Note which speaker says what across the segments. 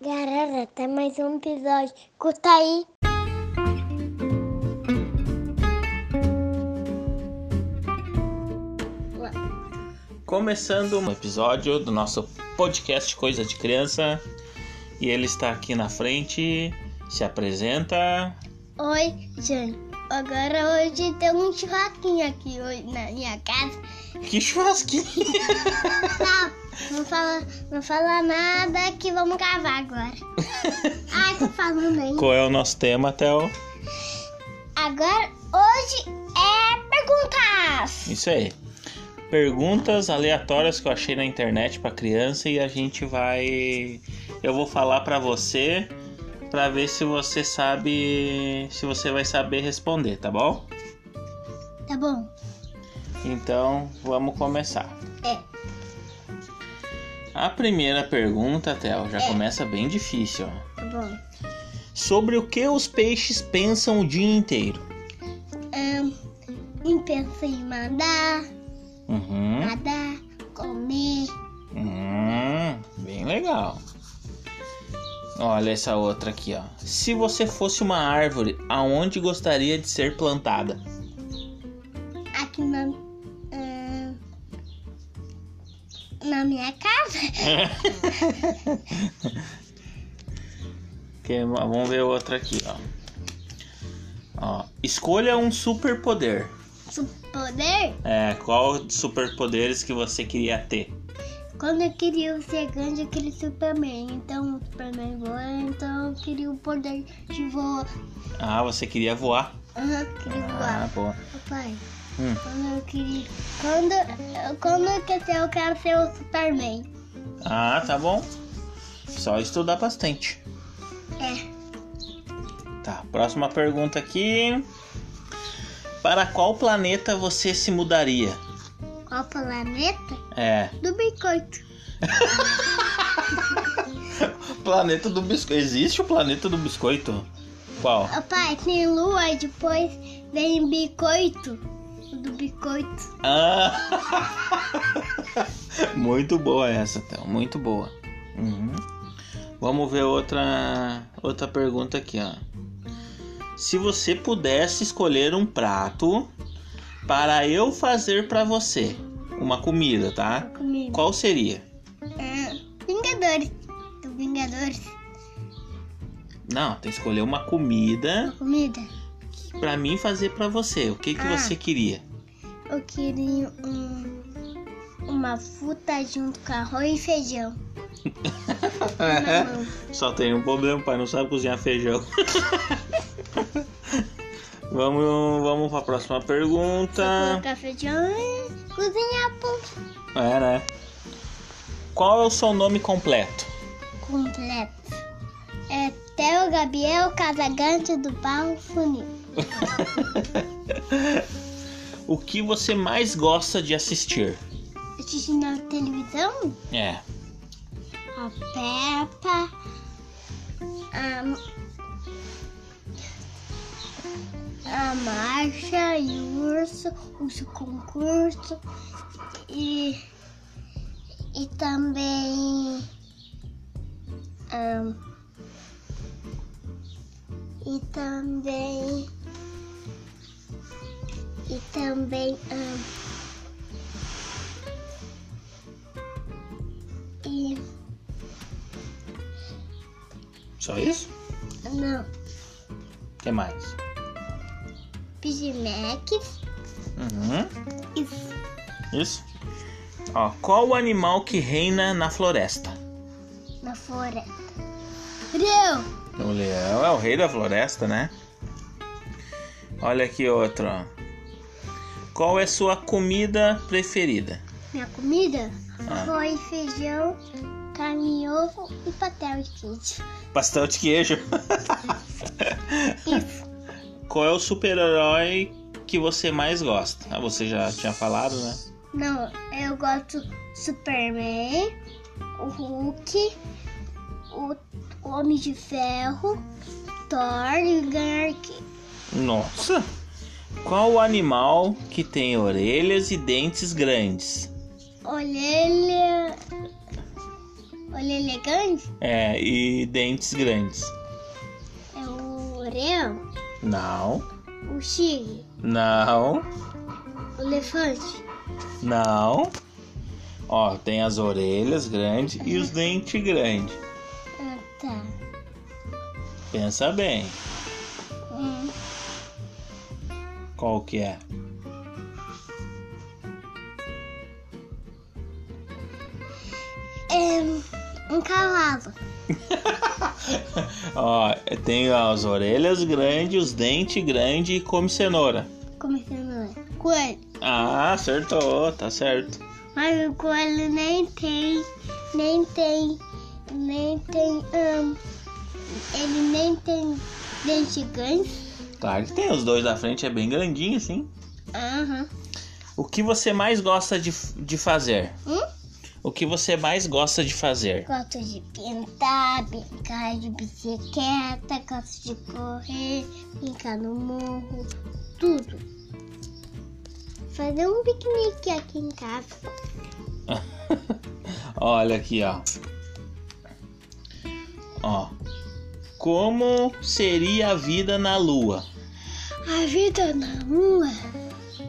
Speaker 1: Galera, até mais um episódio. Curta aí.
Speaker 2: Começando um episódio do nosso podcast Coisa de Criança. E ele está aqui na frente, se apresenta.
Speaker 1: Oi, Jane. Agora hoje tem um churrasquinho aqui hoje na minha casa.
Speaker 2: Que churrasquinho!
Speaker 1: Tá, não fala, não fala nada que vamos gravar agora. Ai, tô falando aí.
Speaker 2: Qual é o nosso tema, Theo?
Speaker 1: Agora, hoje é perguntas.
Speaker 2: Isso aí. Perguntas aleatórias que eu achei na internet pra criança e a gente vai. Eu vou falar pra você pra ver se você sabe. Se você vai saber responder, tá bom?
Speaker 1: Tá bom?
Speaker 2: Então vamos começar.
Speaker 1: É.
Speaker 2: A primeira pergunta, Theo, já começa bem difícil. ó.
Speaker 1: Tá bom.
Speaker 2: Sobre o que os peixes pensam o dia inteiro?
Speaker 1: Nem pensa em mandar, Hum?
Speaker 2: Uhum.
Speaker 1: nadar, comer.
Speaker 2: Hum, bem legal. Olha essa outra aqui, ó. Se você fosse uma árvore, aonde gostaria de ser plantada?
Speaker 1: aqui na, ahn, na minha casa.
Speaker 2: É. Que- vamos ver outra aqui, ó. Ó, escolha um superpoder.
Speaker 1: Superpoder,
Speaker 2: É, qual de superpoderes que você queria ter?
Speaker 1: quando eu queria ser grande, eu queria Superman. Então, o Superman voa, então eu queria o poder de voar.
Speaker 2: Ah, você queria voar.
Speaker 1: Aham, queria
Speaker 2: Ah,
Speaker 1: voar.
Speaker 2: boa.
Speaker 1: Papai,
Speaker 2: Hum.
Speaker 1: quando eu queria... Quando, eu- quando eu crescer, eu quero ser o Superman.
Speaker 2: Ah, tá bom. Só estudar bastante.
Speaker 1: É,
Speaker 2: Tá, próxima pergunta aqui. Para qual planeta você se mudaria?
Speaker 1: qual planeta?
Speaker 2: É,
Speaker 1: Do biscoito.
Speaker 2: planeta do biscoito. Existe o planeta do biscoito? Qual?
Speaker 1: Papai, tem lua e depois vem biscoito. Do biscoito.
Speaker 2: Ah! muito boa essa, Théo. Muito boa. Uhum. Vamos ver outra, outra pergunta aqui, ó. Se você pudesse escolher um prato para eu fazer para você, uma comida, tá?
Speaker 1: Comigo.
Speaker 2: Qual seria?
Speaker 1: Ah, Vingadores. Do Vingadores.
Speaker 2: Não, tem que escolher uma comida
Speaker 1: Comida.
Speaker 2: pra mim fazer pra você. O que que
Speaker 1: Ah.
Speaker 2: você queria?
Speaker 1: Eu queria um, uma fruta junto com arroz e feijão. Mamão.
Speaker 2: Só tem um problema, pai, não sabe cozinhar feijão. vamos, vamos para próxima
Speaker 1: Só
Speaker 2: pergunta.
Speaker 1: Colocar feijão e cozinhar por
Speaker 2: É, né? Qual é o seu nome completo?
Speaker 1: completo. É Theo Gabriel Casagante do Barro Funil.
Speaker 2: O que você mais gosta de assistir?
Speaker 1: Assistindo na televisão,
Speaker 2: É.
Speaker 1: a Peppa, a, a Marcha e o Urso, o urso concurso e, e também ahn, e também e também ahn, e
Speaker 2: Só isso?
Speaker 1: não
Speaker 2: O que mais?
Speaker 1: Pigimex
Speaker 2: Uhum.
Speaker 1: e
Speaker 2: Isso. Ó, qual o animal que reina na floresta?
Speaker 1: na floresta. Frio!
Speaker 2: O leão é o rei da floresta, né? Olha aqui outro. ó. Qual é sua comida preferida?
Speaker 1: Minha comida?
Speaker 2: Ah.
Speaker 1: Arroz, feijão, carne e ovo e pastel de queijo.
Speaker 2: Pastel de queijo.
Speaker 1: Isso.
Speaker 2: Qual é o super-herói que você mais gosta? Ah, você já tinha falado, né?
Speaker 1: Não, eu gosto do Superman, o Hulk, o Homem de Ferro, Thor e o Ganhar
Speaker 2: Nossa! Qual o animal que tem orelhas e dentes grandes?
Speaker 1: Olha ele... Olho elegante
Speaker 2: É, e dentes grandes.
Speaker 1: é o leão,
Speaker 2: Não,
Speaker 1: o tigre,
Speaker 2: não,
Speaker 1: o elefante.
Speaker 2: não. Ó, tem as orelhas grandes e os dentes grandes.
Speaker 1: Ah, tá.
Speaker 2: Pensa bem,
Speaker 1: Hum,
Speaker 2: qual que é?
Speaker 1: É um cavalo.
Speaker 2: Ó, tem as orelhas grandes, os dentes grandes e come cenoura.
Speaker 1: é Começando lá. Coelho.
Speaker 2: Ah, acertou, tá certo.
Speaker 1: Mas o coelho nem tem, nem tem, nem tem, hum, ele nem tem dente gigante.
Speaker 2: Claro que tem, os dois da frente é bem grandinho, assim.
Speaker 1: Aham.
Speaker 2: O que você mais gosta de, de fazer?
Speaker 1: Hum?
Speaker 2: O que você mais gosta de fazer?
Speaker 1: Gosto de pintar, brincar de bicicleta, gosto de correr, brincar no morro, tudo. Fazer um piquenique aqui em casa.
Speaker 2: Olha aqui, ó. Ó. Como seria a vida na lua?
Speaker 1: A vida na lua,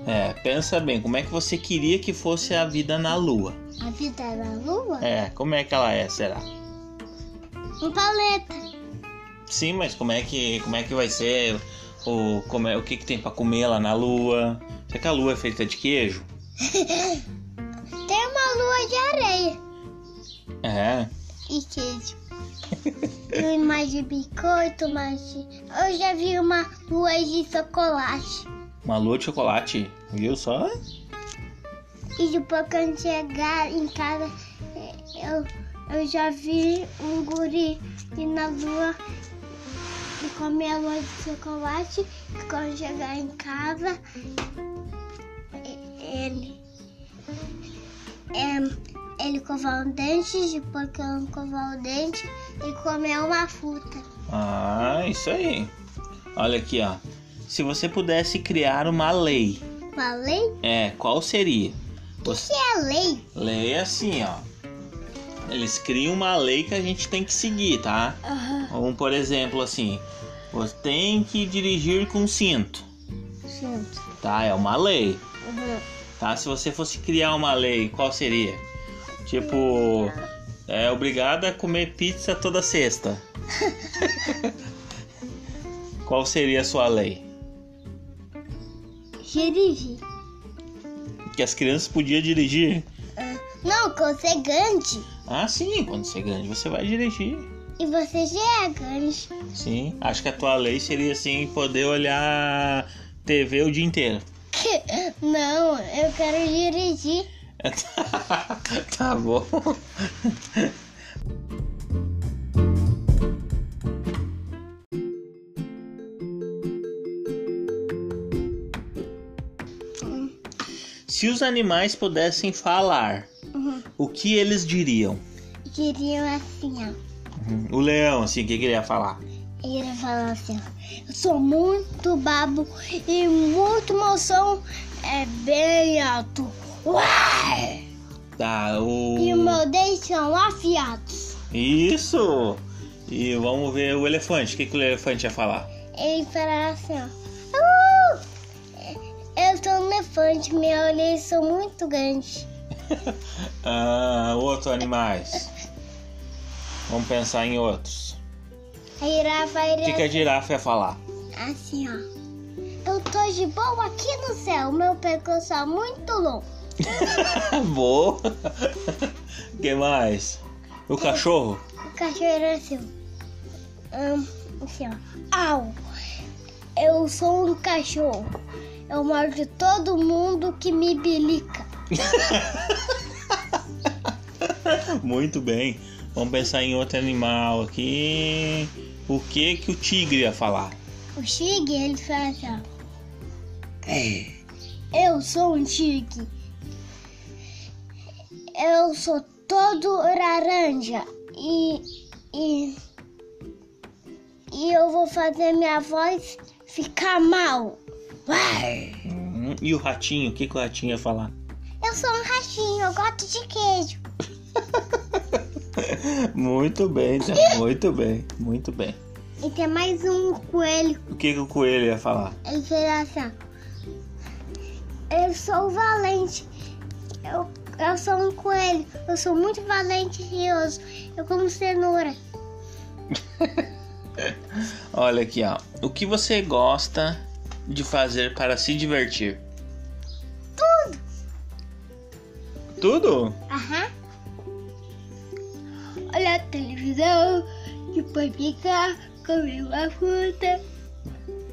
Speaker 2: É, pensa bem, como é que você queria que fosse a vida na lua?
Speaker 1: a vida na lua,
Speaker 2: É, como é que ela é, será?
Speaker 1: um paleta.
Speaker 2: Sim, mas como é que como é que vai ser o como é, o que que tem pra comer lá na lua? Será que a lua é feita de queijo?
Speaker 1: Tem uma lua de areia.
Speaker 2: É.
Speaker 1: e queijo. Tem mais de biscoito, mais de... Eu já vi uma lua de chocolate.
Speaker 2: Uma lua de chocolate, viu só?
Speaker 1: E depois quando chegar em casa, eh, eu, eu já vi um guri ir na lua e comer a lua de chocolate. E quando chegar em casa, eh, ele... em, ele covar o dente, depois que ele covar o dente, e comer uma fruta.
Speaker 2: Ah, isso aí. Olha aqui, ó. Se você pudesse criar uma lei,
Speaker 1: Uma lei?
Speaker 2: é, qual seria?
Speaker 1: que
Speaker 2: Você...
Speaker 1: é lei?
Speaker 2: Lei é assim, ó. Eles criam uma lei que a gente tem que seguir, tá?
Speaker 1: Aham.
Speaker 2: Um, por exemplo, assim, você tem que dirigir com cinto,
Speaker 1: Junto.
Speaker 2: tá? É uma lei.
Speaker 1: Aham.
Speaker 2: Tá? Se você fosse criar uma lei, qual seria? Tipo, é obrigada a comer pizza toda sexta. qual seria a sua lei?
Speaker 1: Dirigir.
Speaker 2: Que as crianças podiam dirigir?
Speaker 1: Ah, Não, que você é grande.
Speaker 2: Ah, sim, quando você é grande você vai dirigir.
Speaker 1: E você já é grande.
Speaker 2: Sim, acho que a tua lei seria assim: poder olhar TV o dia inteiro.
Speaker 1: Não, eu quero dirigir.
Speaker 2: tá bom. Se os animais pudessem falar,
Speaker 1: Uhum.
Speaker 2: o que eles diriam?
Speaker 1: Diriam assim, ó.
Speaker 2: O leão, assim, o que queria falar?
Speaker 1: Ele falou assim, ó. Eu sou muito babo e muito moção é bem alto. Uai!
Speaker 2: Tá, o.
Speaker 1: E os meus dentes são afiados.
Speaker 2: Isso! E vamos ver o elefante. O que, que o elefante ia falar?
Speaker 1: Ele falou assim, ó. "Uh! Eu sou um elefante, meus orelhas são muito grandes.
Speaker 2: Ah, outros animais. Vamos pensar em outros.
Speaker 1: A girafa
Speaker 2: O que, é que
Speaker 1: iria
Speaker 2: a girafa ia falar?
Speaker 1: assim, ó. Eu tô de boa aqui no céu, meu percurso é muito longo.
Speaker 2: Boa! O que mais? O cachorro?
Speaker 1: O cachorro era assim, ó. Ahn, assim, ó. Au! Eu sou um cachorro. Eu mordo todo mundo que me bilica.
Speaker 2: Muito bem. Vamos pensar em outro animal aqui. O que que o tigre ia falar?
Speaker 1: O tigre, ele fala assim, ó.
Speaker 2: É.
Speaker 1: Eu sou um tigre. Eu sou todo laranja e, e e eu vou fazer minha voz ficar mal. Uai!
Speaker 2: Hum, E o ratinho? O que que o ratinho ia falar?
Speaker 1: Eu sou um ratinho, eu gosto de queijo.
Speaker 2: Muito bem, Théo. Muito bem, muito bem.
Speaker 1: E tem mais um coelho.
Speaker 2: O que, que o coelho ia falar?
Speaker 1: Ele fez assim. ó. Eu sou valente. Eu, eu sou um coelho. Eu sou muito valente e rioso. Eu como cenoura.
Speaker 2: Olha aqui, ó. O que você gosta de fazer para se divertir? Tudo. Tudo?
Speaker 1: Aham. Olhar a televisão, depois brincar, comer uma fruta.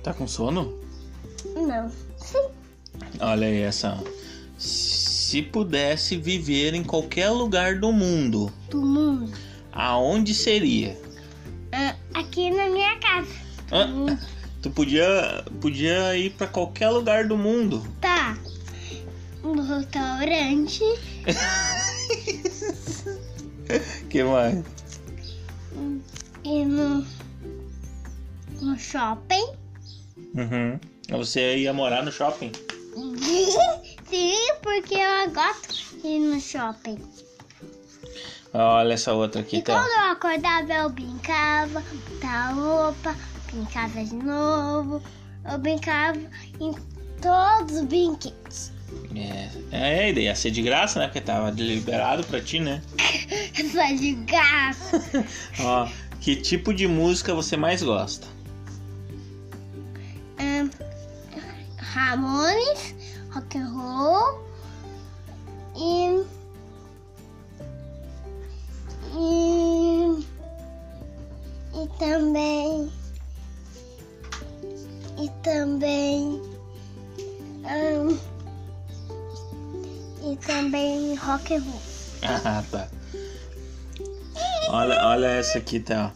Speaker 2: Tá com sono?
Speaker 1: Não. Sim.
Speaker 2: Olha aí essa. ó. Se pudesse viver em qualquer lugar do mundo,
Speaker 1: Do mundo.
Speaker 2: aonde seria?
Speaker 1: Ah, aqui na minha casa.
Speaker 2: Ah,
Speaker 1: Hum.
Speaker 2: tu podia, podia ir pra qualquer lugar do mundo.
Speaker 1: Tá. No restaurante,
Speaker 2: Que mais?
Speaker 1: e no, no shopping.
Speaker 2: Uhum. Você ia morar no shopping?
Speaker 1: Sim, porque eu gosto de ir no shopping.
Speaker 2: Olha essa outra aqui,
Speaker 1: E
Speaker 2: tá?
Speaker 1: quando eu acordava, eu brincava, botava roupa, brincava de novo. Eu brincava em todos os brinquedos.
Speaker 2: É, é, ia ser de graça, né? Porque tava liberado pra ti, né?
Speaker 1: Só de gato.
Speaker 2: Ó, que tipo de música você mais gosta?
Speaker 1: Ahn, É, Ramones, rock and roll e. E, e também. E também. ahn, e também rock and roll.
Speaker 2: Ah, tá. Olha, olha essa aqui, tá?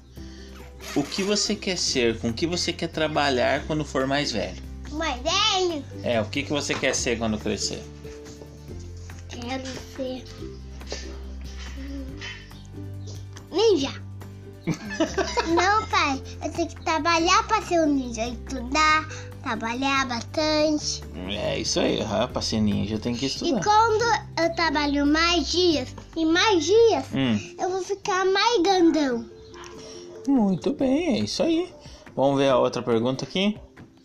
Speaker 2: O que você quer ser? Com o que você quer trabalhar quando for mais velho?
Speaker 1: Mas velho,
Speaker 2: É, o que, que você quer ser quando crescer?
Speaker 1: quero ser. Ninja! Não, pai, eu tenho que trabalhar pra ser um ninja. Estudar, trabalhar bastante.
Speaker 2: É isso aí, ah, pra ser ninja tem que
Speaker 1: E
Speaker 2: estudar.
Speaker 1: quando eu trabalho mais dias e mais dias,
Speaker 2: Hum,
Speaker 1: eu vou ficar mais grandão.
Speaker 2: muito bem, é isso aí. Vamos ver a outra pergunta aqui.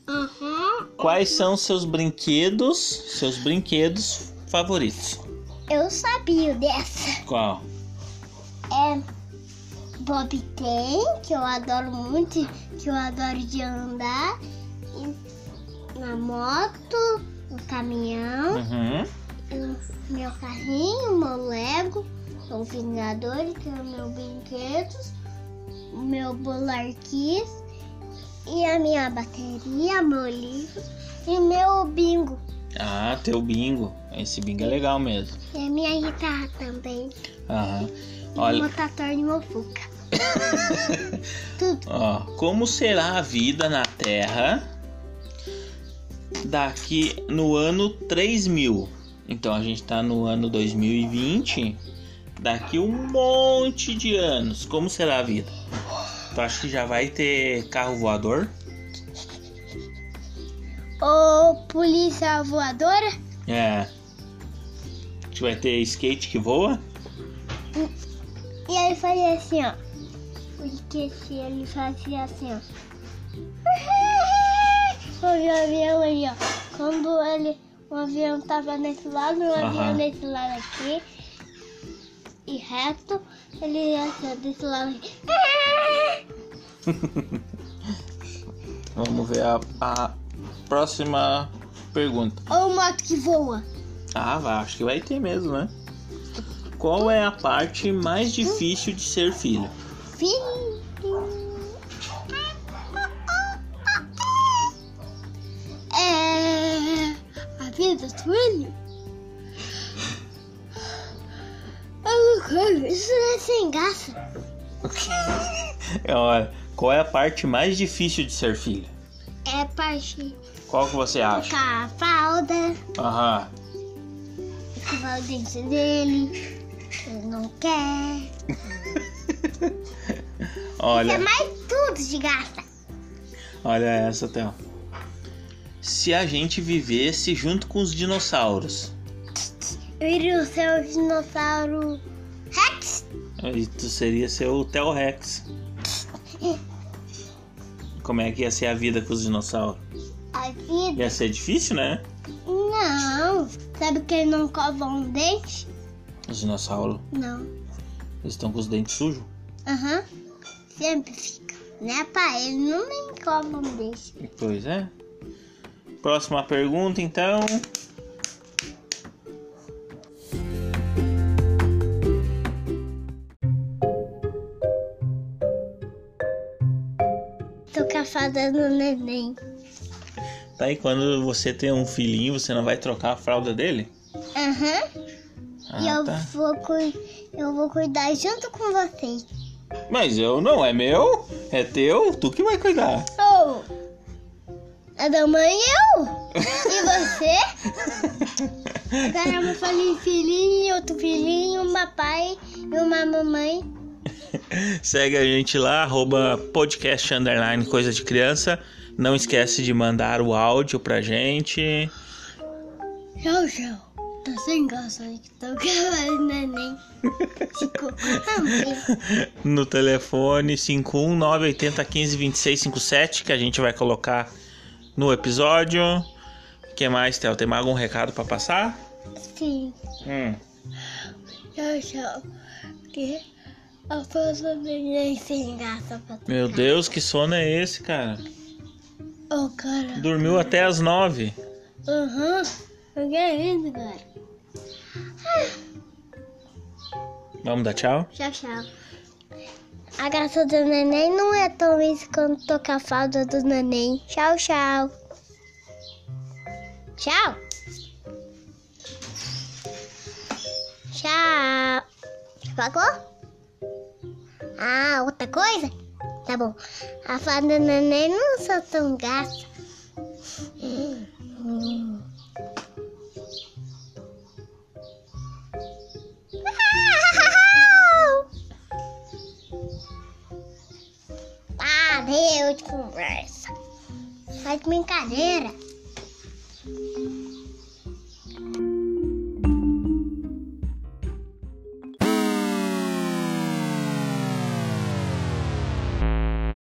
Speaker 1: Uhum.
Speaker 2: Quais são seus brinquedos, seus brinquedos favoritos?
Speaker 1: Eu sabia dessa.
Speaker 2: Qual?
Speaker 1: É Bob Tem, que eu adoro muito, que eu adoro de andar. E na moto, no caminhão.
Speaker 2: Uhum.
Speaker 1: o meu carrinho, o meu Lego, o Vingador, que é o meu brinquedo, o meu Polar Kiss, e a minha bateria, meu livro, e meu bingo,
Speaker 2: Ah, teu bingo. Esse bingo é legal mesmo.
Speaker 1: e a minha guitarra também,
Speaker 2: Aham.
Speaker 1: e o
Speaker 2: Olha,
Speaker 1: motator de mofuca. Tudo.
Speaker 2: ó, como será a vida na Terra daqui no ano 3000? Então a gente tá no ano 2020, daqui um monte de anos. Como será a vida? Tu acha que já vai ter carro voador?
Speaker 1: Ô, polícia voadora,
Speaker 2: É. A gente vai ter skate que voa?
Speaker 1: e ele fazia assim, ó. O esqueci, ele fazia assim, ó. Foi o avião aí, ó. Quando ele, o avião tava nesse lado, o avião
Speaker 2: Aham.
Speaker 1: desse lado aqui. E reto, ele ia assim, ó, desse lado aqui.
Speaker 2: Vamos ver a, a próxima pergunta.
Speaker 1: Ou moto que voa.
Speaker 2: Ah, vai, acho que vai ter mesmo, né? Qual é a parte mais difícil de ser filho?
Speaker 1: Filho. É. A vida do filho? Eu não quero, É Isso é sem graça.
Speaker 2: Olha, qual é a parte mais difícil de ser filho?
Speaker 1: É parte
Speaker 2: Qual que você acha?
Speaker 1: trocar a fralda,
Speaker 2: Aham.
Speaker 1: escovar o dente dele. Ele não quer. Isso é
Speaker 2: Olha,
Speaker 1: mais tudo de graça.
Speaker 2: olha essa, Théo. Se a gente vivesse junto com os dinossauros.
Speaker 1: Eu iria ser o dinossauro Rex.
Speaker 2: É Isso seria seu Tel Rex. Como é que ia ser a vida com os dinossauros?
Speaker 1: A vida?
Speaker 2: Ia ser difícil, né?
Speaker 1: Não. Sabe que ele não cova um dente?
Speaker 2: Os dinossauros
Speaker 1: Não.
Speaker 2: eles estão com os dentes sujos.
Speaker 1: Aham. Sempre fica. Né, pai? Ele não nem cova um dente.
Speaker 2: Pois é. Próxima pergunta, então.
Speaker 1: Tô cafada no neném.
Speaker 2: Tá aí, quando você tem um filhinho, você não vai trocar a fralda dele?
Speaker 1: Aham.
Speaker 2: Ah,
Speaker 1: e eu
Speaker 2: tá.
Speaker 1: vou cu- eu vou cuidar junto com vocês.
Speaker 2: Mas eu não, é meu, é teu, tu que vai cuidar.
Speaker 1: Oh. A da mãe eu. E você? Caramba, eu falei filhinho, outro filhinho, um papai e uma mamãe.
Speaker 2: Segue a gente lá, arroba podcast underline coisa de criança. Não esquece de mandar o áudio pra gente.
Speaker 1: Tchau, tchau. Tá sem graça aí que tá gravando neném. Ficou com hambre.
Speaker 2: No telefone 519 80 15 26 57, que a gente vai colocar no episódio. O que mais, Théo? Tem mais algum recado pra passar?
Speaker 1: Sim.
Speaker 2: Hum.
Speaker 1: Tchau, tchau. Porque eu faço neném sem graça pra tu.
Speaker 2: Meu Deus, que sono é esse, cara?
Speaker 1: Ô, cara.
Speaker 2: Dormiu até as nove.
Speaker 1: Aham, eu quero isso agora.
Speaker 2: Vamos dar tchau?
Speaker 1: Tchau, tchau. A graça do neném não é tão isso quanto tocar a falda do neném. Tchau, tchau. Tchau. Tchau. Apagou? Ah, outra coisa? Tá bom. A falda do neném não sou tão Hum, gasta. Parei de conversa. Faz brincadeira.